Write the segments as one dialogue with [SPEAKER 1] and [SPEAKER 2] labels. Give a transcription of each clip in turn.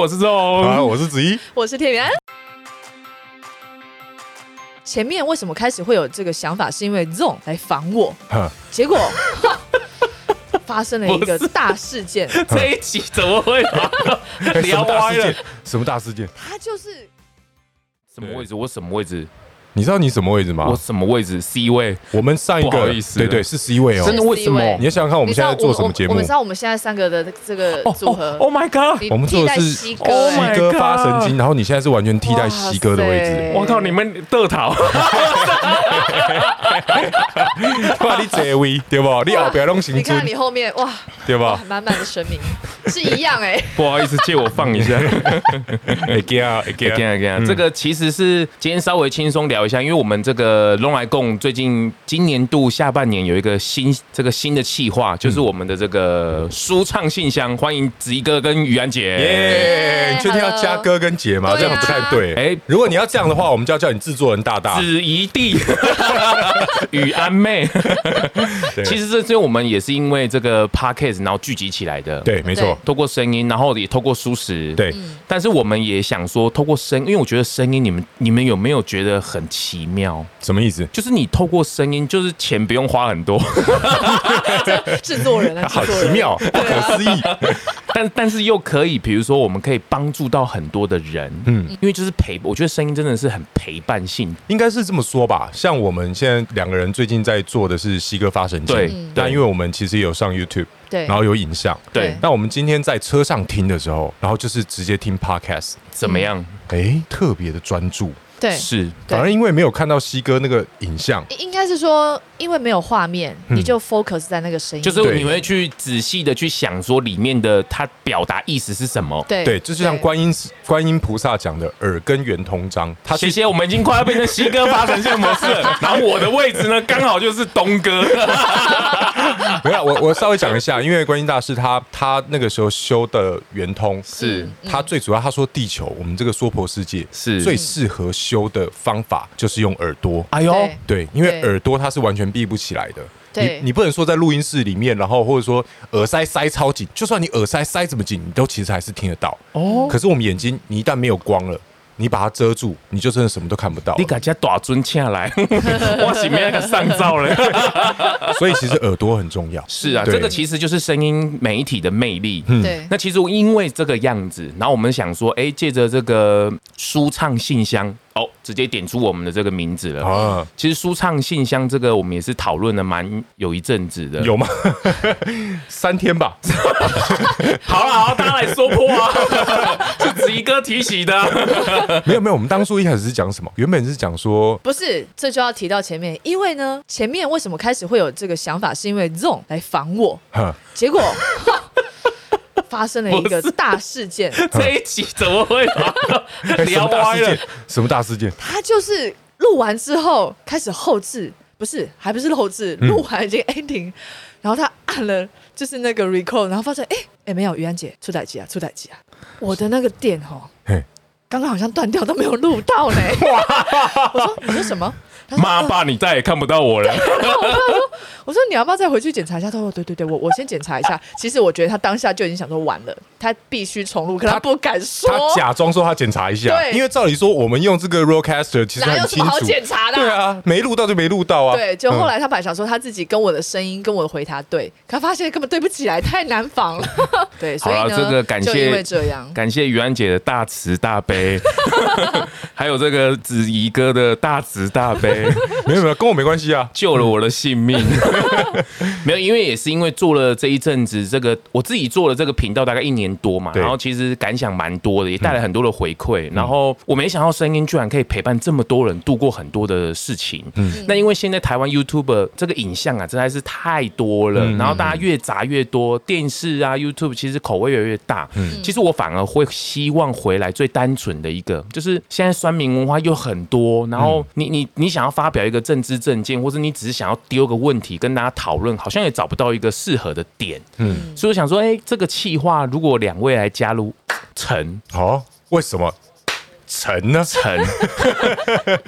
[SPEAKER 1] 我是肉，
[SPEAKER 2] 啊，我是子怡，
[SPEAKER 3] 我是天元。前面为什么开始会有这个想法，是因为 Zone 来防我，
[SPEAKER 2] 哼
[SPEAKER 3] 结果发生了一个大事件，
[SPEAKER 1] 这一集怎么 会啊
[SPEAKER 2] 哎什
[SPEAKER 1] 聊
[SPEAKER 2] 么大
[SPEAKER 1] 歪
[SPEAKER 2] 事
[SPEAKER 1] 了
[SPEAKER 2] 件？？什么大事件？
[SPEAKER 3] 他就是
[SPEAKER 1] 什么位置？我什么位置？
[SPEAKER 2] 你知道你什么位置吗
[SPEAKER 1] 我？什么位置？C 位。
[SPEAKER 2] 我们上一
[SPEAKER 1] 不好
[SPEAKER 2] 个
[SPEAKER 1] 意思
[SPEAKER 2] 对对是十一位哦
[SPEAKER 1] 真。的为什么
[SPEAKER 3] C 位
[SPEAKER 2] 你要想想看 我
[SPEAKER 3] 我
[SPEAKER 2] 们现在做什么节
[SPEAKER 3] 我
[SPEAKER 2] 目哦
[SPEAKER 3] 们？知道我们现在三个的这个组合，
[SPEAKER 1] Oh my god！
[SPEAKER 3] 你
[SPEAKER 2] 我们做
[SPEAKER 3] 替
[SPEAKER 2] 的
[SPEAKER 3] 代
[SPEAKER 2] 是哦
[SPEAKER 3] 西
[SPEAKER 2] 西
[SPEAKER 3] 哥、
[SPEAKER 1] Oh my
[SPEAKER 3] 欸
[SPEAKER 1] god
[SPEAKER 2] 哥发神经，然后你现在是完全替代西哥的位置。
[SPEAKER 3] 哇塞
[SPEAKER 1] 我靠，你们得逃！
[SPEAKER 2] 哇，你这位对吧？你后边弄行
[SPEAKER 3] 你看
[SPEAKER 2] 军
[SPEAKER 3] 你后面哇，
[SPEAKER 2] 对 吧？
[SPEAKER 3] 满满的神明，是一样哎、
[SPEAKER 1] 不好意思，借我放一 下。
[SPEAKER 2] 哎，给啊，哎，给啊，
[SPEAKER 1] again again，、这个其实是今天稍微轻松聊一下，因为我们这个龙来共最近今年度下半年有一个新这个新的企划，就是
[SPEAKER 2] 嗯
[SPEAKER 1] 我们的这个舒畅信箱，欢迎子怡哥跟于安姐。
[SPEAKER 2] 耶！
[SPEAKER 3] 耶
[SPEAKER 2] 你确定要加哥跟姐吗？
[SPEAKER 3] hello
[SPEAKER 2] 这样不太
[SPEAKER 1] 对
[SPEAKER 2] 对。
[SPEAKER 1] 啊
[SPEAKER 2] 哎，如果你要这样的话，我们就要叫你制作人大大。
[SPEAKER 1] 子怡弟 与安妹，
[SPEAKER 2] 对
[SPEAKER 1] 其实这这我们也是因为这个 podcast 然后聚集起来的，，
[SPEAKER 2] 对，没错，
[SPEAKER 1] 透过声音，然后也透过舒适，
[SPEAKER 2] 对，
[SPEAKER 3] 嗯
[SPEAKER 1] 但是我们也想说，透过声，因为我觉得声音，你们你们有没有觉得很奇妙？
[SPEAKER 2] 什么意思？
[SPEAKER 1] 就是你透过声音，就是钱不用花很多，
[SPEAKER 3] 制作人啊，
[SPEAKER 2] 好
[SPEAKER 3] 制作
[SPEAKER 2] 奇
[SPEAKER 3] 人，
[SPEAKER 2] 妙，不可思议。
[SPEAKER 1] 但但是又可以，比如说我们可以帮助到很多的人，嗯，因为就是陪，我觉得声音真的是很陪伴性，
[SPEAKER 2] 应该是这么说吧，像我们现在两个人最近在做的是西哥发神经，
[SPEAKER 1] 对嗯
[SPEAKER 2] 但因为我们其实也有上 YouTube，
[SPEAKER 3] 对
[SPEAKER 2] 然后有影像，
[SPEAKER 1] 对，
[SPEAKER 2] 那我们今天在车上听的时候，然后就是直接听 Podcast，
[SPEAKER 1] 怎么样？
[SPEAKER 2] 哎、特别的专注，
[SPEAKER 3] 对，
[SPEAKER 1] 是
[SPEAKER 3] 对
[SPEAKER 2] 反而因为没有看到西哥那个影像，
[SPEAKER 3] 应该是说，因为没有画面，
[SPEAKER 2] 嗯
[SPEAKER 3] 你就 focus 在那个声音，
[SPEAKER 1] 就是
[SPEAKER 2] 对
[SPEAKER 1] 你会去仔细的去想说里面的它表达意思是什么。
[SPEAKER 3] 对
[SPEAKER 2] 对，这就像观音观音菩萨讲的耳根圆通章，他
[SPEAKER 1] 谢
[SPEAKER 2] 是
[SPEAKER 1] 谢，我们已经快要变成西哥发神经的模式 了。然后我的位置呢，刚好就是东哥。
[SPEAKER 2] 没有我我稍微讲一下，因为观音大师他他那个时候修的圆通
[SPEAKER 1] 是
[SPEAKER 2] 他最主要，他说地球，我们这个娑婆世界
[SPEAKER 1] 是
[SPEAKER 2] 最适合修的方法，就是用耳朵。
[SPEAKER 1] 哎
[SPEAKER 3] 对
[SPEAKER 2] 对，因为
[SPEAKER 3] 对
[SPEAKER 2] 耳朵它是完全闭不起来的。
[SPEAKER 3] 对
[SPEAKER 2] 你你不能说在录音室里面，然后或者说耳塞塞超紧，就算你耳塞塞怎么紧，你都其实还是听得到。
[SPEAKER 1] 哦，
[SPEAKER 2] 可是我们眼睛，你一旦没有光了，你把它遮住，你就真的什么都看不到了。
[SPEAKER 1] 你敢家大尊请 来，我是没那个上照了。
[SPEAKER 2] 所以其实耳朵很重要。
[SPEAKER 1] 是啊，
[SPEAKER 2] 对
[SPEAKER 1] 这个其实就是声音媒体的魅力。
[SPEAKER 2] 嗯
[SPEAKER 3] 对
[SPEAKER 1] 那其实因为这个样子，然后我们想说，哎，借着这个舒畅信箱，哦，直接点出我们的这个名字了。
[SPEAKER 2] 啊，
[SPEAKER 1] 其实舒畅信箱这个，我们也是讨论了蛮有一阵子的。
[SPEAKER 2] 有吗？三天吧，
[SPEAKER 1] 好了，好，大家来说破啊， 是子怡哥提起的。
[SPEAKER 2] 没有没有，我们当初一开始是讲什么？原本是讲说
[SPEAKER 3] 不是，这就要提到前面，因为呢，前面为什么开始会有这个想法，是因为 Zone 来防我，
[SPEAKER 2] 哼
[SPEAKER 3] 结果发生了一个
[SPEAKER 1] 不是
[SPEAKER 3] 大事件，
[SPEAKER 1] 这一集怎么会 把
[SPEAKER 2] 哎什
[SPEAKER 1] 聊
[SPEAKER 2] 么大
[SPEAKER 1] 歪
[SPEAKER 2] 事
[SPEAKER 1] 了
[SPEAKER 2] 件？？什么大事件？
[SPEAKER 3] 他就是录完之后开始后置，不是，还不是后置，录完已经 ending，、然后他按了就是那个 record，然后发现哎哎、诶没有，于安姐出歹机啊，出歹机啊，我的那个电哦，
[SPEAKER 2] 嘿，
[SPEAKER 3] 刚刚好像断掉都没有录到呢，我说你说什么？他说
[SPEAKER 1] 妈
[SPEAKER 3] 呃
[SPEAKER 1] 爸，你再也看不到我了。
[SPEAKER 3] 我说你要不要再回去检查一下？他说对对对，我我先检查一下。 其实我觉得他当下就已经想说完了，他必须重录，可他
[SPEAKER 2] 他
[SPEAKER 3] 不敢说。
[SPEAKER 2] 他假装说他检查一下，
[SPEAKER 3] 对
[SPEAKER 2] 因为照理说我们用这个 roadcaster 其实
[SPEAKER 3] 哪有
[SPEAKER 2] 很
[SPEAKER 3] 什
[SPEAKER 2] 清
[SPEAKER 3] 么好
[SPEAKER 2] 楚，
[SPEAKER 3] 检查的、
[SPEAKER 2] 对啊，没录到就没录到啊。
[SPEAKER 3] 对，就后
[SPEAKER 2] 嗯
[SPEAKER 3] 来他本来想说他自己跟我的声音跟我的回答对，可他发现根本对不起来，太难仿了。 对，所以
[SPEAKER 1] 好
[SPEAKER 3] 呢，
[SPEAKER 1] 了这个感谢
[SPEAKER 3] 就因为这样，
[SPEAKER 1] 感谢于安姐的大慈大悲， 还有这个子怡哥的大慈大悲，
[SPEAKER 2] 没有没有，跟我没关系啊。
[SPEAKER 1] 救了我的性命。 没有，因为也是因为做了这一阵子，这个我自己做了这个频道大概一年多嘛，
[SPEAKER 2] 对
[SPEAKER 1] 然后其实感想蛮多的，也带来很多的回馈。然后我没想到声音居然可以陪伴这么多人度过很多的事情。那因为现在台湾 YouTube 这个影像啊，真的是太多了，然后大家越砸越多，电视啊 YouTube 其实口味越来越大。其实我反而会希望回来最单纯的一个，就是现在酸民文化又很多，然后你你你想要发表一个政治政见，或者你只是想要丢个问题跟大家讨论，好像也找不到一个适合的点。嗯，所以我想说，哎、这个企划如果两位来加入。成
[SPEAKER 2] 好、为什么成呢？
[SPEAKER 1] 成，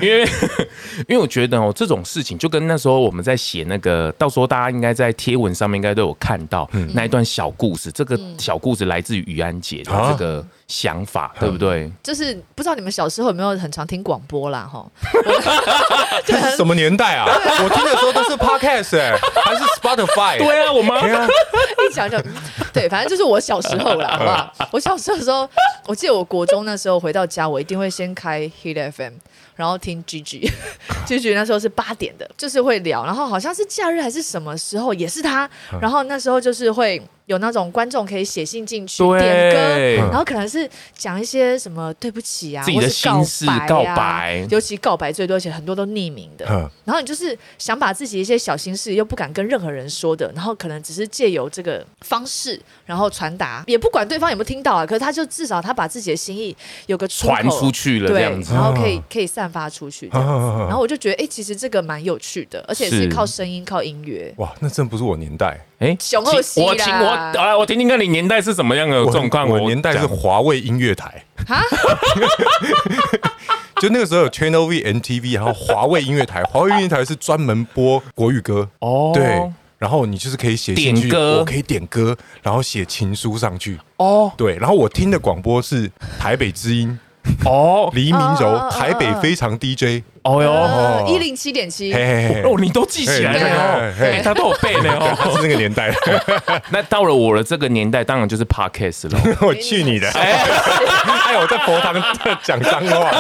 [SPEAKER 1] 因为 因为我觉得哦，这种事情就跟那时候我们在写那个，到时候大家应该在贴文嗯
[SPEAKER 3] 嗯
[SPEAKER 1] 上面应该都有看到那一段小故事。这个小故事来自于于安姐的
[SPEAKER 2] 啊
[SPEAKER 1] 这个想法，对不对？
[SPEAKER 3] 就是不知道你们小时候有没有很常听广播啦，哈，
[SPEAKER 2] 这是 什么年代 啊？我听的时候都是 podcast 哎、还是 Spotify？
[SPEAKER 1] 对啊，我妈
[SPEAKER 2] 哎呀，
[SPEAKER 3] 一讲就，嗯对，反正就是我小时候 啦，好不好？我小时候的时候，我记得我国中那时候回到家，我一定会先开 Hit FM，然后听 GG。GG 那时候是八点的，就是会聊，然后好像是假日还是什么时候，也是他。
[SPEAKER 1] 嗯
[SPEAKER 3] 然后那时候就是会有那种观众可以写信进去
[SPEAKER 1] 对
[SPEAKER 3] 点歌，
[SPEAKER 1] 嗯
[SPEAKER 3] 然后可能是讲一些什么对不起啊，
[SPEAKER 1] 自己的
[SPEAKER 3] 或是告
[SPEAKER 1] 心事
[SPEAKER 3] 告
[SPEAKER 1] 告白
[SPEAKER 3] 尤其告白最多，而且很多都匿名的。
[SPEAKER 2] 嗯
[SPEAKER 3] 然后你就是想把自己一些小心事又不敢跟任何人说的，然后可能只是借由这个方式，然后传达，也不管对方有没有听到啊，可是他就至少他把自己的心意有个出口
[SPEAKER 1] 传出去了这
[SPEAKER 3] 对
[SPEAKER 1] 样，子。
[SPEAKER 3] 然后可以可以散发出去 这样子。
[SPEAKER 2] 嗯嗯嗯嗯
[SPEAKER 3] 然后我就觉得，哎、其实这个蛮有趣的，而且
[SPEAKER 1] 是
[SPEAKER 3] 是靠声音、靠音乐。
[SPEAKER 2] 哇，那真不是我年代，
[SPEAKER 1] 哎，
[SPEAKER 3] 雄
[SPEAKER 1] 请
[SPEAKER 3] 厚啊兮
[SPEAKER 1] 我
[SPEAKER 3] 啦
[SPEAKER 1] 请我来，我听听看你年代是怎么样的
[SPEAKER 2] 我
[SPEAKER 1] 状况。
[SPEAKER 2] 我年代是
[SPEAKER 1] 讲
[SPEAKER 2] 华为音乐台
[SPEAKER 3] 啊。
[SPEAKER 2] 就那个时候有 Channel V、MTV，然后华为音乐台， 华为音乐台是专门播国语歌
[SPEAKER 1] 哦
[SPEAKER 2] 对，然后你就是可以写进
[SPEAKER 1] 点
[SPEAKER 2] 去
[SPEAKER 1] 歌
[SPEAKER 2] 我可以点歌，然后写情书上去，
[SPEAKER 1] 哦
[SPEAKER 2] 对，然后我听的广播是台北之音、
[SPEAKER 1] 哦
[SPEAKER 2] 黎明
[SPEAKER 3] 哦哦
[SPEAKER 2] 柔、
[SPEAKER 3] 哦
[SPEAKER 2] 台北非常 DJ，
[SPEAKER 1] 哦哟，
[SPEAKER 2] 哦
[SPEAKER 3] 呃，一零七点七，
[SPEAKER 2] 嘿嘿嘿，
[SPEAKER 1] 哦，你都记起来了
[SPEAKER 2] 嘿嘿嘿
[SPEAKER 1] 哦，哎他都有背呢
[SPEAKER 2] 他
[SPEAKER 1] 哦。
[SPEAKER 2] 是那个年 代，
[SPEAKER 1] 那到了我的这个年代，当然就是 podcast 了。哦
[SPEAKER 2] 我去你的！ 哎，我在佛堂讲脏话，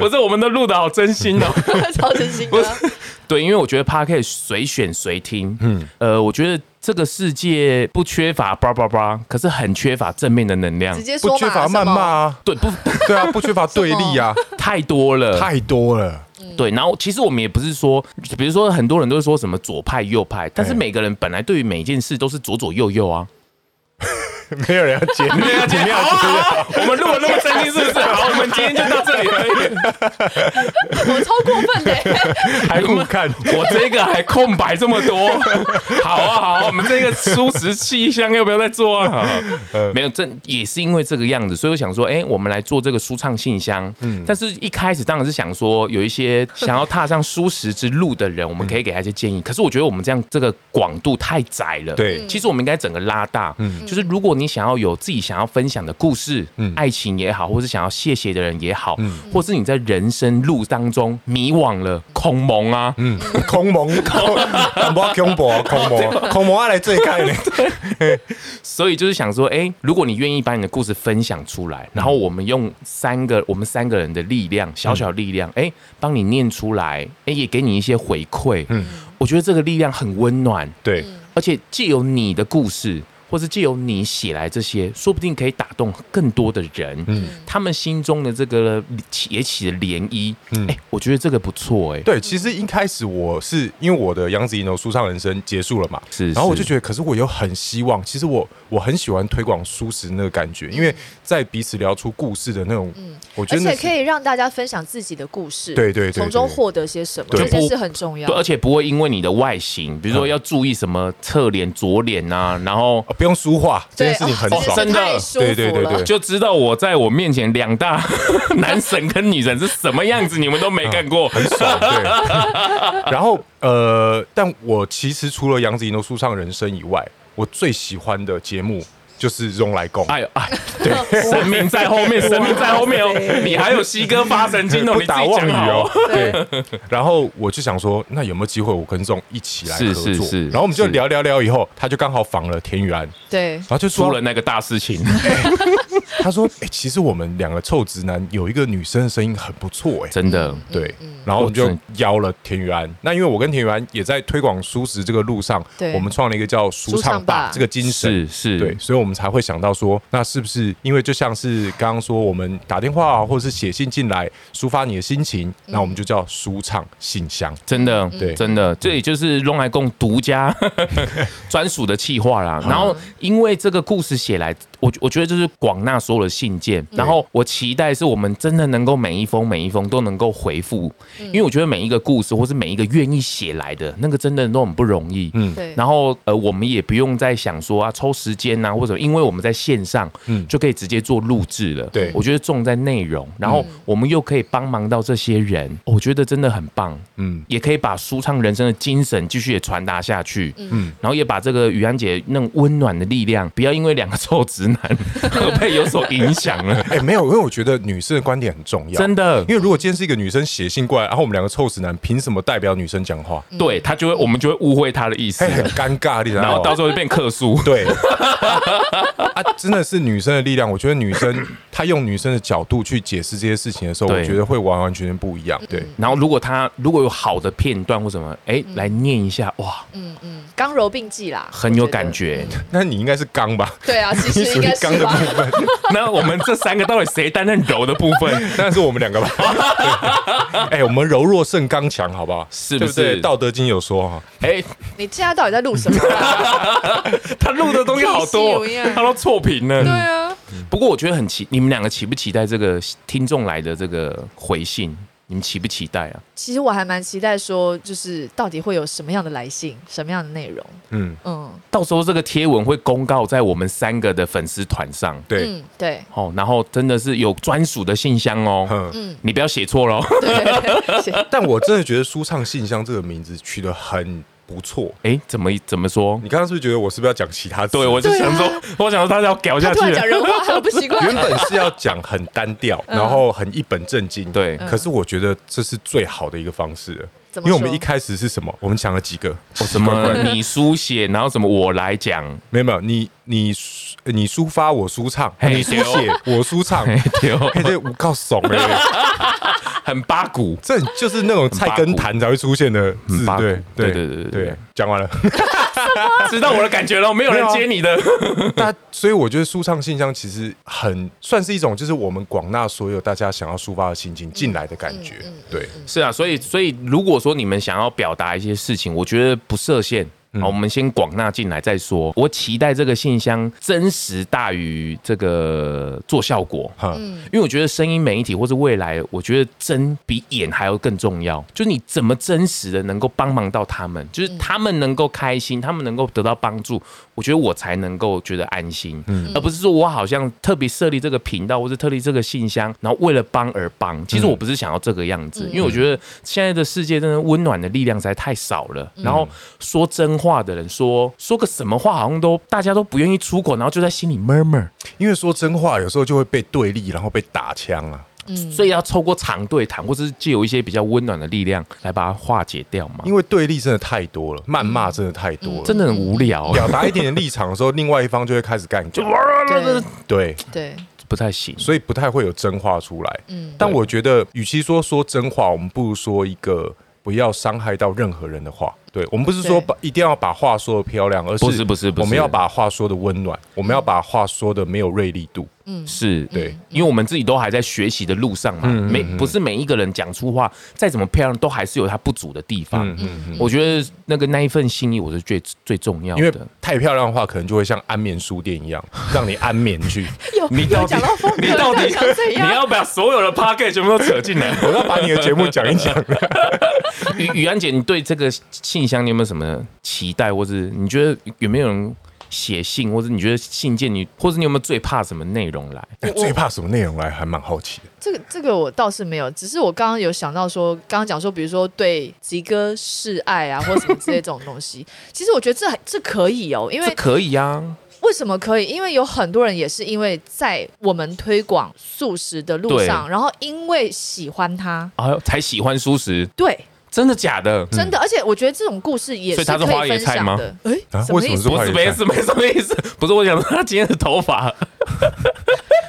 [SPEAKER 1] 不是，我们都录的好真心哦。
[SPEAKER 3] 超真心的。
[SPEAKER 1] 对，因为我觉得 podcast 随选随听，嗯，呃，我觉得这个世界不缺乏叭叭叭，可是很缺乏正面的能量
[SPEAKER 3] 直。接说
[SPEAKER 2] 不
[SPEAKER 3] 嘛，
[SPEAKER 2] 缺乏
[SPEAKER 3] 什么
[SPEAKER 2] 谩骂啊，
[SPEAKER 1] 对，不
[SPEAKER 2] 对啊，不缺乏对立啊，
[SPEAKER 1] 太多了，
[SPEAKER 2] 太多了。
[SPEAKER 3] 嗯
[SPEAKER 1] 对，然后其实我们也不是说，比如说很多人都是说什么左派右派，但是
[SPEAKER 2] 哎
[SPEAKER 1] 每个人本来对于每一件事都是左左右右啊。
[SPEAKER 2] 没有人要接， 没有人要接，没有啊 人要接
[SPEAKER 1] 我们录了那么真心，是不是？好，我们今天就到这里了。
[SPEAKER 3] 我超过分的、
[SPEAKER 2] 还互看，
[SPEAKER 1] 我这个还空白这么多， 好啊好啊，我们这个舒适气象要不要再做啊？好没有，这也是因为这个样子，所以我想说，哎、我们来做这个舒畅信箱。嗯，但是一开始当然是想说，有一些想要踏上舒适之路的人，我们可以给他一些建议。可是我觉得我们这样这个广度太窄了。
[SPEAKER 2] 对
[SPEAKER 1] 其实我们应该整个拉大，就是如果你想要有自己想要分享的故事，爱情也好，或是想要谢谢的人也好，或是你在人生路当中迷惘了、恐蒙啊，
[SPEAKER 2] 嗯，空蒙， 啊空，淡薄空博，空蒙，啊空蒙爱来最开呢。
[SPEAKER 1] 所以就是想说，哎、如果你愿意把你的故事分享出来，然后我们用三个我们三个人的力量，小小力量，哎、帮、你念出来，哎、也给你一些回馈，嗯，我觉得这个力量很温暖，
[SPEAKER 2] 对，
[SPEAKER 1] 而且借由你的故事，或是借由你写来这些，说不定可以打动更多的人。嗯，他们心中的这个起也起了涟漪。嗯，哎、我觉得这个不错、哎，
[SPEAKER 2] 对，其实一开始我是因为我的杨子怡的舒畅人生结束了嘛，
[SPEAKER 1] 是
[SPEAKER 2] 然后我就是觉得，可是我有很希望，其实我我很喜欢推广舒适那个感觉，因为在彼此聊出故事的那种，我觉
[SPEAKER 3] 嗯而
[SPEAKER 2] 得那
[SPEAKER 3] 且
[SPEAKER 2] 是
[SPEAKER 3] 可以让大家分享自己的故事，
[SPEAKER 2] 对对对对
[SPEAKER 3] 从中获得些什么，
[SPEAKER 2] 对
[SPEAKER 3] 这件事很重要
[SPEAKER 1] 对，。而
[SPEAKER 2] 呃
[SPEAKER 1] 且不会因为你的外形，比如说
[SPEAKER 2] 嗯
[SPEAKER 1] 要注意什么侧脸、左脸啊，然后
[SPEAKER 2] 啊不用说话，这
[SPEAKER 3] 对，
[SPEAKER 2] 件事情很
[SPEAKER 1] 哦
[SPEAKER 2] 爽
[SPEAKER 1] 这，真的
[SPEAKER 3] 太舒服了
[SPEAKER 2] 对对对对
[SPEAKER 1] 啊就知道我在我面前两大 男神跟女神是什么样子，你们都没干过。
[SPEAKER 2] 很爽。啊对，然后呃，但我其实除了杨子怡的舒畅人生以外，我最喜欢的节目就是《用来共》。
[SPEAKER 1] 哎呦哎，对，神明在后面，神明在后面哦，你还有西哥发神经哦，
[SPEAKER 2] 不
[SPEAKER 1] 你自己
[SPEAKER 2] 打
[SPEAKER 1] 讲
[SPEAKER 2] 妄语
[SPEAKER 1] 好
[SPEAKER 2] 哦
[SPEAKER 1] 哦。
[SPEAKER 2] 对，然后我就想说，那有没有机会我跟钟一起来合
[SPEAKER 1] 是
[SPEAKER 2] 作？
[SPEAKER 1] 是是
[SPEAKER 2] 然后我们就是聊聊聊，以后他就刚好访了田雨安，然
[SPEAKER 3] 对，
[SPEAKER 2] 后就
[SPEAKER 1] 出
[SPEAKER 2] 说
[SPEAKER 1] 了，那个大事情，
[SPEAKER 2] 他说，哎、其实我们两个臭直男有一个女生的声音很不错、哎。
[SPEAKER 1] 真的。
[SPEAKER 3] 嗯
[SPEAKER 2] 对，然后我们就邀了田雨安。那因为我跟田雨安也在推广舒适这个路上，
[SPEAKER 3] 对
[SPEAKER 2] 我们创了一个叫“舒
[SPEAKER 3] 舒畅
[SPEAKER 2] 畅吧
[SPEAKER 3] 吧”
[SPEAKER 2] 这个精神，
[SPEAKER 1] 是是，
[SPEAKER 2] 对，所以我们才会想到说，那是不是因为就像是刚刚说，我们打电话或者是写信进来抒发你的心情，
[SPEAKER 3] 嗯
[SPEAKER 2] 那我们就叫舒畅信箱。
[SPEAKER 1] 真的，
[SPEAKER 2] 对
[SPEAKER 1] 真的，这也就是龙来共独 家专属的企划
[SPEAKER 2] 嗯
[SPEAKER 1] 啦。然后，因为这个故事写来，我我觉得就是广纳所有的信件，然后我期待是我们真的能够每一封每一封都能够回复，因为我觉得每一个故事或是每一个愿意写来的那个真的都很不容易，嗯。
[SPEAKER 3] 对，
[SPEAKER 1] 然后呃，我们也不用再想说啊，抽时间呐、或者因为我们在线上，
[SPEAKER 2] 嗯
[SPEAKER 1] 就可以直接做录制了。
[SPEAKER 2] 对
[SPEAKER 1] 我觉得重在内容，然后我们又可以帮忙到这些人，我觉得真的很棒。
[SPEAKER 2] 嗯，
[SPEAKER 1] 也可以把舒畅人生的精神继续嗯 也传达下去，嗯，然后也把这个雨安姐那种温暖的力量，不要因为两个臭直男 何被有所影响了，
[SPEAKER 2] 哎、没有，因为我觉得女生的观点很重 要，
[SPEAKER 1] 真的
[SPEAKER 2] 因。为如果今天是一个女生写信过来，然后我们两个臭直男，凭什么代表女生讲话？
[SPEAKER 3] 嗯
[SPEAKER 1] 对他就会，我们就会误会他的意思
[SPEAKER 2] 哎、，很尴尬，你知
[SPEAKER 1] 然
[SPEAKER 2] 道
[SPEAKER 1] 后到
[SPEAKER 2] 吗？
[SPEAKER 1] 时候就变客诉。
[SPEAKER 2] 对 啊，真的是女生的力量。我觉得女生 她用女生的角度去解释这些事情的时候，
[SPEAKER 1] 对
[SPEAKER 2] 我觉得会完完全全不一样。对，
[SPEAKER 3] 嗯
[SPEAKER 1] 然后如果他如果有好的片段或什么，哎，来念一下，哇，
[SPEAKER 3] 嗯刚柔并济啦，
[SPEAKER 1] 很有感觉。
[SPEAKER 2] 那你应该是刚吧？
[SPEAKER 3] 我觉得。对啊，其
[SPEAKER 2] 你
[SPEAKER 3] 实
[SPEAKER 2] 属
[SPEAKER 3] 应
[SPEAKER 2] 于
[SPEAKER 3] 该
[SPEAKER 2] 刚
[SPEAKER 3] 是
[SPEAKER 2] 的
[SPEAKER 3] 吧。
[SPEAKER 2] 部分，
[SPEAKER 1] 那我们这三个到底谁担任柔的部分？
[SPEAKER 2] 但是我们两个吧。 对哎、我们柔弱胜刚强，好不好？
[SPEAKER 1] 是不
[SPEAKER 2] 对
[SPEAKER 1] 是
[SPEAKER 2] 不对？《道德经》有说哈，
[SPEAKER 1] 哎，
[SPEAKER 3] 你现在到底在录什么 啊？
[SPEAKER 1] 他录的东西好多
[SPEAKER 3] 屁事有一样，
[SPEAKER 1] 他都错评
[SPEAKER 3] 对
[SPEAKER 1] 了。
[SPEAKER 3] 啊，
[SPEAKER 1] 不过我觉得很期，你们两个期不期待这个听众来的这个回信？你们期不期待啊？
[SPEAKER 3] 其实我还蛮期待说，就是到底会有什么样的来信，什么样的内容。
[SPEAKER 2] 嗯，
[SPEAKER 3] 嗯
[SPEAKER 1] 到时候这个贴文会公告在我们三个的粉丝团上。
[SPEAKER 2] 对，
[SPEAKER 3] 嗯，对
[SPEAKER 1] 哦，然后真的是有专属的信箱哦，
[SPEAKER 2] 嗯
[SPEAKER 1] 你不要写错 喽。
[SPEAKER 3] 对，谢谢
[SPEAKER 2] 但我真的觉得“舒畅信箱”这个名字取得很不错。
[SPEAKER 1] 哎，怎么怎么说？
[SPEAKER 2] 你刚刚是不是觉得我是不是要讲其他字？
[SPEAKER 1] 对，我就想说，我想说他要搞下
[SPEAKER 3] 他突
[SPEAKER 1] 去
[SPEAKER 3] 然
[SPEAKER 1] 了
[SPEAKER 3] 讲。人话，很不 习惯。
[SPEAKER 2] 原本是要讲很单调，
[SPEAKER 3] 嗯
[SPEAKER 2] 然后很一本正经。
[SPEAKER 1] 对
[SPEAKER 2] 可是我觉得这是最好的一个方式了，
[SPEAKER 3] 怎么
[SPEAKER 2] 因为
[SPEAKER 3] 说
[SPEAKER 2] 我们一开始是什么？我们讲了几个？
[SPEAKER 1] 哦什么你书写，然后什么我来讲，
[SPEAKER 2] 没有没有，你你抒你抒发我舒畅，
[SPEAKER 1] 嘿
[SPEAKER 2] 你书写我舒畅。
[SPEAKER 1] 哎丢，
[SPEAKER 2] 嘿，这我告怂 了，
[SPEAKER 1] 很八股。
[SPEAKER 2] 这就是那种菜根谭才会出现的字
[SPEAKER 1] 很，八股
[SPEAKER 2] 对
[SPEAKER 1] 对对对对对
[SPEAKER 2] 对，讲完了。
[SPEAKER 1] 知道我的感觉了，没有啊人接你的。
[SPEAKER 2] 那所以我觉得舒畅信箱其实很算是一种，就是我们广纳所有大家想要抒发的心情进来的感觉。
[SPEAKER 3] 嗯
[SPEAKER 2] 对，
[SPEAKER 1] 是啊，所以所以如果说你们想要表达一些事情，我觉得不设限。好，我们先广纳进来再说。我期待这个信箱真实大于这个做效果，
[SPEAKER 2] 哈，
[SPEAKER 1] 因为我觉得声音媒体或是未来，我觉得真比演还要更重要。就你怎么真实的能够帮忙到他们，就是他们能够开心，他们能够得到帮助，我觉得我才能够觉得安心，而不是说我好像特别设立这个频道或是特立这个信箱，然后为了帮而帮。其实我不是想要这个样子，因为我觉得现在的世界真的温暖的力量实在太少了。然后说真话的人说说个什么话，好像都大家都不愿意出口，然后就在心里 murmur。
[SPEAKER 2] 因为说真话有时候就会被对立，然后被打枪啊。
[SPEAKER 1] 所以要透过长对谈，或者是借由一些比较温暖的力量来把它化解掉嘛。
[SPEAKER 2] 因为对立真的太多了，谩
[SPEAKER 3] 嗯
[SPEAKER 2] 骂真的太多了。
[SPEAKER 1] 真的很无聊、啊
[SPEAKER 2] 表达一点点立场的时候，另外一方就会开始干架，
[SPEAKER 3] 对
[SPEAKER 2] 对，
[SPEAKER 3] 对，
[SPEAKER 1] 不太行。
[SPEAKER 2] 所以不太会有真话出来。
[SPEAKER 1] 嗯
[SPEAKER 2] 但我觉得，与其说说真话，我们不如说一个不要伤害到任何人的话。对我们不是说
[SPEAKER 3] 对
[SPEAKER 2] 把一定要把话说的漂亮，而是
[SPEAKER 1] 不是不是不是嗯
[SPEAKER 2] 我们要把话说的温暖，我们要把话说的没有锐利度。
[SPEAKER 1] 是
[SPEAKER 2] 对，
[SPEAKER 1] 因为我们自己都还在学习的路上嘛，
[SPEAKER 2] 嗯
[SPEAKER 1] 每不是每一个人讲出话再怎么漂亮，都还是有他不足的地方。
[SPEAKER 2] 嗯嗯，
[SPEAKER 1] 我觉得那个那一份心意，我是最最重要
[SPEAKER 2] 因为
[SPEAKER 1] 的。
[SPEAKER 2] 太漂亮的话，可能就会像安眠书店一样，让你安眠去。
[SPEAKER 3] 有
[SPEAKER 1] 你到
[SPEAKER 3] 有
[SPEAKER 1] 底
[SPEAKER 3] 讲到风格，
[SPEAKER 1] 你到底
[SPEAKER 3] 想怎
[SPEAKER 1] 你
[SPEAKER 3] 样？
[SPEAKER 1] 要把所有的 p a c k e t 全部都扯 进来。
[SPEAKER 2] 我要把你的节目讲一讲。
[SPEAKER 1] 雨雨安姐，你对这个信箱你有没有什么期待，或是你觉得有没有人写信，或者你觉得信件你，或者你有没有最怕什么内容来？
[SPEAKER 2] 哎最怕什么内容来，还蛮好奇的。
[SPEAKER 3] 这个这个我倒是没有，只是我刚刚有想到说，刚刚讲说，比如说对吉哥示爱啊，或什么之类这种东西，其实我觉得这还这可以哦，因
[SPEAKER 1] 这
[SPEAKER 3] 为
[SPEAKER 1] 可以啊，
[SPEAKER 3] 为什么可以？因为有很多人也是因为在我们推广素食的路上，然后因为喜欢它，
[SPEAKER 1] 哎呦，才喜欢素食，
[SPEAKER 3] 对，
[SPEAKER 1] 真的假的？
[SPEAKER 3] 真的，而且我觉得这种故事也
[SPEAKER 1] 嗯所以它是
[SPEAKER 3] 可
[SPEAKER 1] 花
[SPEAKER 3] 以
[SPEAKER 1] 椰
[SPEAKER 3] 分
[SPEAKER 1] 菜
[SPEAKER 3] 享
[SPEAKER 1] 吗
[SPEAKER 3] 的。哎、
[SPEAKER 2] 啊
[SPEAKER 3] 什么
[SPEAKER 2] 为什么
[SPEAKER 3] 意思
[SPEAKER 2] 是？
[SPEAKER 1] 不是没事没什么意思，不是我想说他今天的头发，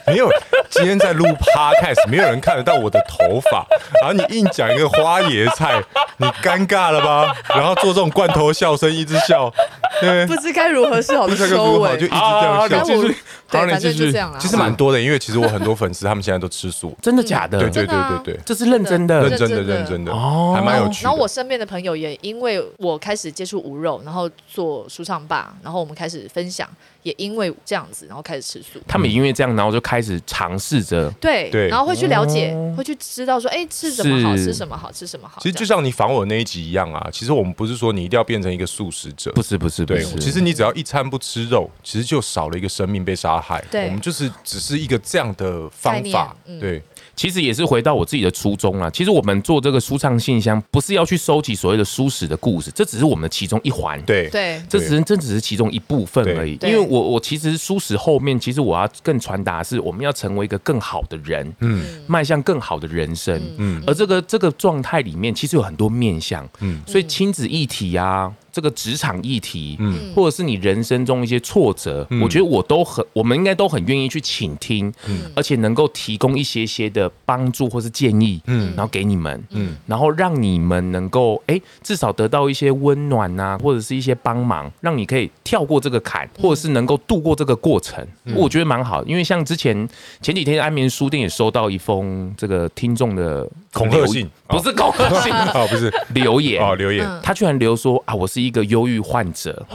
[SPEAKER 2] 没有，今天在录 podcast，没有人看得到我的头发，然后你硬讲一个花椰菜，你尴尬了吧？然后做这种罐头笑声，一直笑，对，
[SPEAKER 3] 不知该如何是好
[SPEAKER 2] 不
[SPEAKER 3] 的
[SPEAKER 2] 知道该
[SPEAKER 3] 收
[SPEAKER 2] 如何，就
[SPEAKER 3] 尾啊
[SPEAKER 2] 一直。这样
[SPEAKER 1] 好好。
[SPEAKER 2] 笑
[SPEAKER 3] 但我
[SPEAKER 1] 继续好
[SPEAKER 3] 对，
[SPEAKER 1] 你
[SPEAKER 3] 反正
[SPEAKER 1] 继续
[SPEAKER 3] 就这样啦。
[SPEAKER 2] 其实蛮多的，因为其实我很多粉丝他们现在都吃素，
[SPEAKER 1] 真的假的？
[SPEAKER 2] 对对
[SPEAKER 3] 真的啊
[SPEAKER 2] 对对
[SPEAKER 1] 这是认真
[SPEAKER 2] 对，
[SPEAKER 1] 的，
[SPEAKER 2] 认真的
[SPEAKER 3] 真的
[SPEAKER 2] 认真的，
[SPEAKER 1] 哦
[SPEAKER 2] 还蛮有趣
[SPEAKER 3] 然后
[SPEAKER 2] 的。
[SPEAKER 3] 我身边的朋友也因为我开始接触无肉，然后做舒畅吧，然后我们开始分享，也因为这样子，然后开始吃素。
[SPEAKER 1] 他们因为这样，然后就开始尝试着。
[SPEAKER 3] 对，
[SPEAKER 2] 对
[SPEAKER 3] 然后会去了解，会去知道说，哎，吃什么好，
[SPEAKER 1] 是
[SPEAKER 3] 吃什么好，吃什么好。
[SPEAKER 2] 其实就
[SPEAKER 3] 这样
[SPEAKER 2] 像你访我那一集一样啊，其实我们不是说你一定要变成一个素食者，
[SPEAKER 1] 不是不是不
[SPEAKER 2] 对，
[SPEAKER 1] 是，
[SPEAKER 2] 其实你只要一餐不吃肉，其实就少了一个生命被杀害。
[SPEAKER 3] 对
[SPEAKER 2] 我们就是只是一个这样的
[SPEAKER 3] 概
[SPEAKER 2] 方
[SPEAKER 3] 念
[SPEAKER 2] 法，
[SPEAKER 3] 嗯
[SPEAKER 2] 对，
[SPEAKER 1] 其实也是回到我自己的初衷啦。其实我们做这个舒畅信箱，不是要去收集所谓的舒适的故事，这只是我们的其中一环。，
[SPEAKER 2] 对，
[SPEAKER 3] 对
[SPEAKER 1] 这只是这只是其中一部分而已。因
[SPEAKER 3] 对
[SPEAKER 1] 为我我其实舒适后面，其实我要更传达的是，我们要成为一个更好的人，
[SPEAKER 2] 嗯
[SPEAKER 1] 迈向更好的人生。
[SPEAKER 2] 嗯
[SPEAKER 1] 而这个这个状态里面，其实有很多面向，
[SPEAKER 2] 嗯
[SPEAKER 1] 所以亲子议题啊，这个职场议题，
[SPEAKER 2] 嗯
[SPEAKER 1] 或者是你人生中一些挫折，我觉得我都很，我们应该都很愿意去倾听，
[SPEAKER 2] 嗯
[SPEAKER 1] 而且能够提供一些些的帮助或是建议，
[SPEAKER 2] 嗯
[SPEAKER 1] 然后给你们，
[SPEAKER 2] 嗯
[SPEAKER 1] 然后让你们能够哎，诶至少得到一些温暖呐、或者是一些帮忙，让你可以跳过这个坎，
[SPEAKER 2] 嗯
[SPEAKER 1] 或者是能够度过这个过程，我觉得蛮好。因为像之前前几天安眠书店也收到一封这个听众的
[SPEAKER 2] 恐吓信
[SPEAKER 1] 留言不是恐吓 信，
[SPEAKER 2] 哦，不是
[SPEAKER 1] 留言
[SPEAKER 2] 哦，留言，嗯
[SPEAKER 1] 他居然留说啊，我是一个忧郁患者，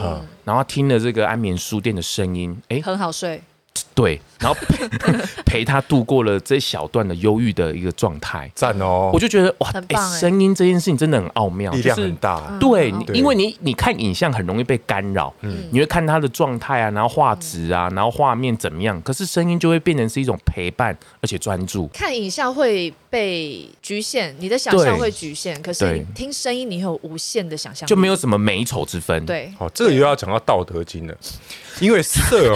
[SPEAKER 1] 然后听了这个安眠书店的声音，哎、
[SPEAKER 3] 很好睡，
[SPEAKER 1] 对，然后陪 陪他度过了这小段的忧郁的一个状态，
[SPEAKER 2] 赞哦
[SPEAKER 1] 我，就觉得哇，
[SPEAKER 3] 很
[SPEAKER 1] 哎、
[SPEAKER 3] 棒哎
[SPEAKER 1] 声音这件事情真的很奥妙，
[SPEAKER 2] 力量
[SPEAKER 1] 就是
[SPEAKER 2] 很大，
[SPEAKER 1] 对，
[SPEAKER 3] 嗯
[SPEAKER 1] 你
[SPEAKER 2] 对
[SPEAKER 1] 因为你你看影像很容易被干扰，
[SPEAKER 2] 嗯
[SPEAKER 1] 你会看他的状态
[SPEAKER 3] 嗯
[SPEAKER 1] 啊，然后画质啊，然后画面怎么样，可是声音就会变成是一种陪伴，而且专注。
[SPEAKER 3] 看影像会被局限，你的想象会局限，可是
[SPEAKER 1] 对
[SPEAKER 3] 你听声音，你有无限的想象力，
[SPEAKER 1] 就没有什么美丑之分。，
[SPEAKER 3] 对。
[SPEAKER 2] 哦，这个又要讲到道德经了，因为 色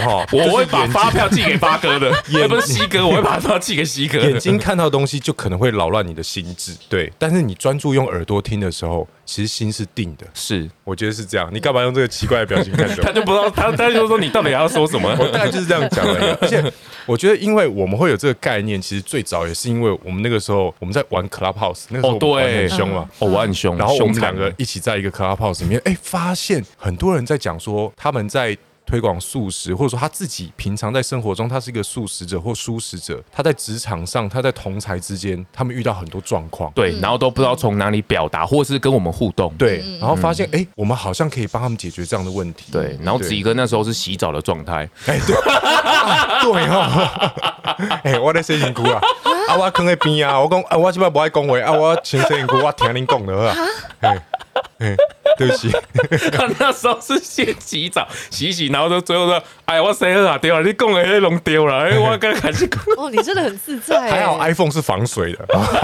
[SPEAKER 2] 哈，
[SPEAKER 1] 我
[SPEAKER 2] 就是
[SPEAKER 1] 会把
[SPEAKER 2] 眼睛
[SPEAKER 1] 发票寄给八 哥的，也不是西哥，我会把发票寄给西哥的。
[SPEAKER 2] 眼睛看到东西就可能会扰乱你的心智，对。但是你专注用耳朵听的时候，其实心是定的，
[SPEAKER 1] 是，
[SPEAKER 2] 我觉得是这样。你干嘛用这个奇怪的表情看着我
[SPEAKER 1] 他？就不知道他他就说你到底要说什么。
[SPEAKER 2] 我大概就是这样讲而已。而且我觉得，因为我们会有这个概念，其实最早也是因为我们那个时候我们在玩 Clubhouse，那个时候
[SPEAKER 1] 哦，
[SPEAKER 2] 我们玩得
[SPEAKER 1] 对，
[SPEAKER 2] 很凶嘛。
[SPEAKER 1] 哦，我很凶，
[SPEAKER 2] 然后我
[SPEAKER 1] 凶
[SPEAKER 2] 们
[SPEAKER 1] 残
[SPEAKER 2] 两个一起在一个 Clubhouse 里面，哎，发现很多人在讲说他们在推广素食，或者说他自己平常在生活中他是一个素食者或素食者，他在职场上，他在同才之间，他们遇到很多状 况。
[SPEAKER 3] 嗯
[SPEAKER 1] 对，然后都不知道从哪里表达，或是跟我们互动。
[SPEAKER 2] 对，然后发现哎、诶我们好像可以帮他们解决这样的问题。
[SPEAKER 1] 嗯对，然后子怡哥那时候是洗澡的状态，
[SPEAKER 2] 哎、对，啊 对哦，哎、我在洗身躯啊，啊，我坑在边啊，我讲啊，我即摆不爱讲话啊，我穿洗身躯，我听恁讲的啊，哎、哎对不起，
[SPEAKER 1] 他那时候是先洗澡， 洗一洗，然后就最后说，哎，我谁啊丢了，你讲的那弄丢了， 哎，我刚开始讲，
[SPEAKER 3] 哦，你真的很自在欸，
[SPEAKER 2] 还好 iPhone 是防水的，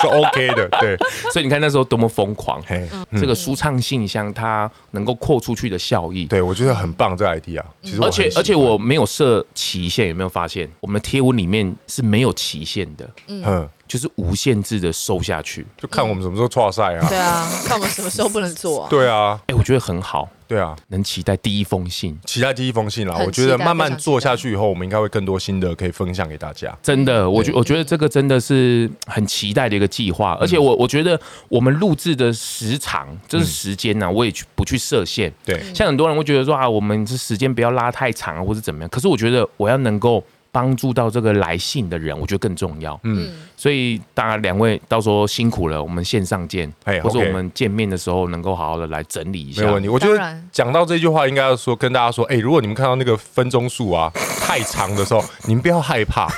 [SPEAKER 2] 是 OK 的，对，
[SPEAKER 1] 所以你看那时候多么疯狂。
[SPEAKER 2] 嘿，
[SPEAKER 3] 嗯
[SPEAKER 1] 这个舒畅性像它能够扩出去的效益，
[SPEAKER 2] 对我觉得很棒这个 idea，其实
[SPEAKER 1] 而
[SPEAKER 2] 我很喜
[SPEAKER 1] 且
[SPEAKER 2] 欢
[SPEAKER 1] 而且我没有设期限，有没有发现我们的贴文里面是没有期限的，
[SPEAKER 2] 嗯，
[SPEAKER 1] 就是无限制的收下去。
[SPEAKER 2] 就看我们什么时候跨赛啊
[SPEAKER 3] 对，啊，看我们什么时候不能做啊？
[SPEAKER 2] 对啊，
[SPEAKER 1] 哎、我觉得很好，
[SPEAKER 2] 对啊。
[SPEAKER 1] 能期待第一封信，
[SPEAKER 2] 期待第一封信啦，
[SPEAKER 3] 很
[SPEAKER 2] 我觉得
[SPEAKER 3] 期待
[SPEAKER 2] 慢慢
[SPEAKER 3] 非常期
[SPEAKER 2] 做下
[SPEAKER 3] 待
[SPEAKER 2] 去以后，我们应该会更多心得可以分享给大家。
[SPEAKER 1] 真的，我觉我觉得这个真的是很期待的一个计划，
[SPEAKER 2] 嗯
[SPEAKER 1] 而且我我觉得我们录制的时长，就是时间啊呢、我也去不去设限。
[SPEAKER 2] 嗯对，
[SPEAKER 1] 像很多人会觉得说啊，我们这时间不要拉太长啊，或者怎么样。可是我觉得我要能够帮助到这个来信的人，我觉得更重要。
[SPEAKER 2] 嗯
[SPEAKER 1] 嗯，所以当然两位到时候辛苦了，我们线上见，
[SPEAKER 2] 哎
[SPEAKER 1] 或者
[SPEAKER 2] OK
[SPEAKER 1] 我们见面的时候能够好好的来整理一下
[SPEAKER 2] 没有。问题。我觉
[SPEAKER 3] 当
[SPEAKER 2] 得
[SPEAKER 3] 然
[SPEAKER 2] 讲到这句话，应该要说跟大家说，哎、如果你们看到那个分钟数啊太长的时 候，你们不要害怕，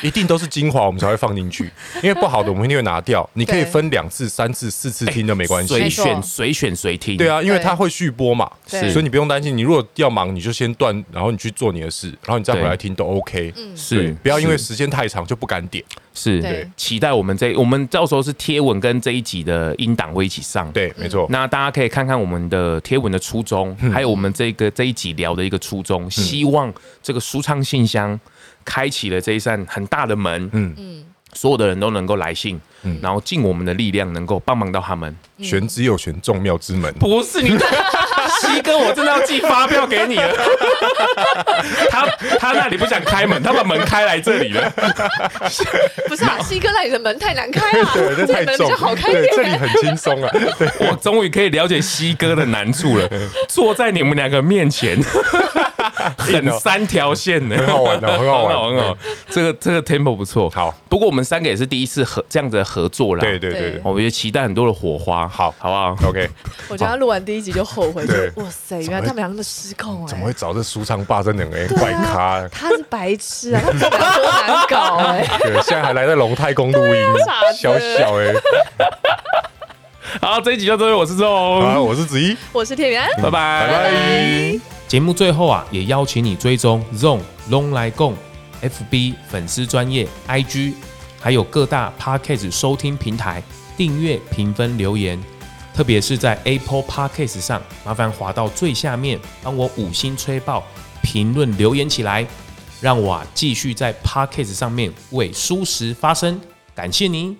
[SPEAKER 2] 一定都是精华，我们才会放进去，因为不好的我们一定会拿掉。你可以
[SPEAKER 3] 对
[SPEAKER 2] 分两次、三次、四次听都没关系。
[SPEAKER 1] 随
[SPEAKER 3] 没错
[SPEAKER 1] 选随选随听。
[SPEAKER 2] 对，啊，因为
[SPEAKER 3] 对
[SPEAKER 2] 它会续播嘛，
[SPEAKER 3] 对
[SPEAKER 2] 所以你不用担心。你如果要忙，你就先断，然后你去做你的事，然后你再回来
[SPEAKER 1] 对
[SPEAKER 2] 听都 OK。对
[SPEAKER 3] 嗯
[SPEAKER 1] 是
[SPEAKER 2] 不要因为时间太长就不敢点。
[SPEAKER 1] 是
[SPEAKER 3] 对
[SPEAKER 1] 期待我们这我们到时候是贴文跟这一集的音档会一起上。。
[SPEAKER 3] 嗯
[SPEAKER 2] 对，没错。
[SPEAKER 1] 那大家可以看看我们的贴文的初衷，还有我们这个这一集聊的一个初衷，希望这个舒畅信箱开启了这一扇很大的门，
[SPEAKER 2] 嗯
[SPEAKER 1] 嗯嗯，所有的人都能够来信，然后尽我们的力量能够帮忙到他们。
[SPEAKER 3] 嗯
[SPEAKER 2] 玄之又玄，众妙之门。
[SPEAKER 1] 不是你， 西哥，我真的要寄发票给你 了。他他那里不想开门，他把门开来这里了。
[SPEAKER 3] 不是啊，西哥那里的门太难开了，
[SPEAKER 2] 对，这太
[SPEAKER 3] 门比
[SPEAKER 2] 重
[SPEAKER 3] 较好。开一
[SPEAKER 2] 对，这里
[SPEAKER 3] 点。
[SPEAKER 2] 很轻松啊。对。
[SPEAKER 1] 我终于可以了解西哥的难处了，坐在你们两个面 前，很三条线呢，
[SPEAKER 2] 很好玩的很好玩
[SPEAKER 1] 很好，很好。这个这个 tempo 不错，
[SPEAKER 2] 好。
[SPEAKER 1] 不过我们三个也是第一次合这样子的合作啦，哦
[SPEAKER 2] 对对对
[SPEAKER 3] 对
[SPEAKER 2] 对
[SPEAKER 1] 我们也期待很多的火花，
[SPEAKER 2] 好
[SPEAKER 1] 好不好？
[SPEAKER 2] ，OK，
[SPEAKER 3] 我觉得他录完第一集就后悔，就
[SPEAKER 2] 对
[SPEAKER 3] 哇塞，原来他们俩那么失控
[SPEAKER 2] 怎么会
[SPEAKER 3] 哎！
[SPEAKER 2] 找这舒畅霸这两个人怪咖、
[SPEAKER 3] 他是白痴啊，他们俩多难搞哎！
[SPEAKER 2] 对，现在还来在龙太宫录音，
[SPEAKER 3] 啊傻子
[SPEAKER 2] 小小哎、
[SPEAKER 1] 好，这一集就到这里，我是周
[SPEAKER 2] 好啊，
[SPEAKER 1] 欧，
[SPEAKER 2] 我是子怡，
[SPEAKER 3] 我是天哎元，
[SPEAKER 1] 拜拜
[SPEAKER 2] 拜拜。
[SPEAKER 1] 节目最后啊，也邀请你追踪 Zone 龙来共 FB 粉丝专业 IG，还有各大 Podcast 收听平台订阅、评分、留言。特别是在 Apple Podcast 上，麻烦滑到最下面，帮我五星吹爆，评论留言起来，让我啊继续在 Podcast 上面为舒适发声。感谢您。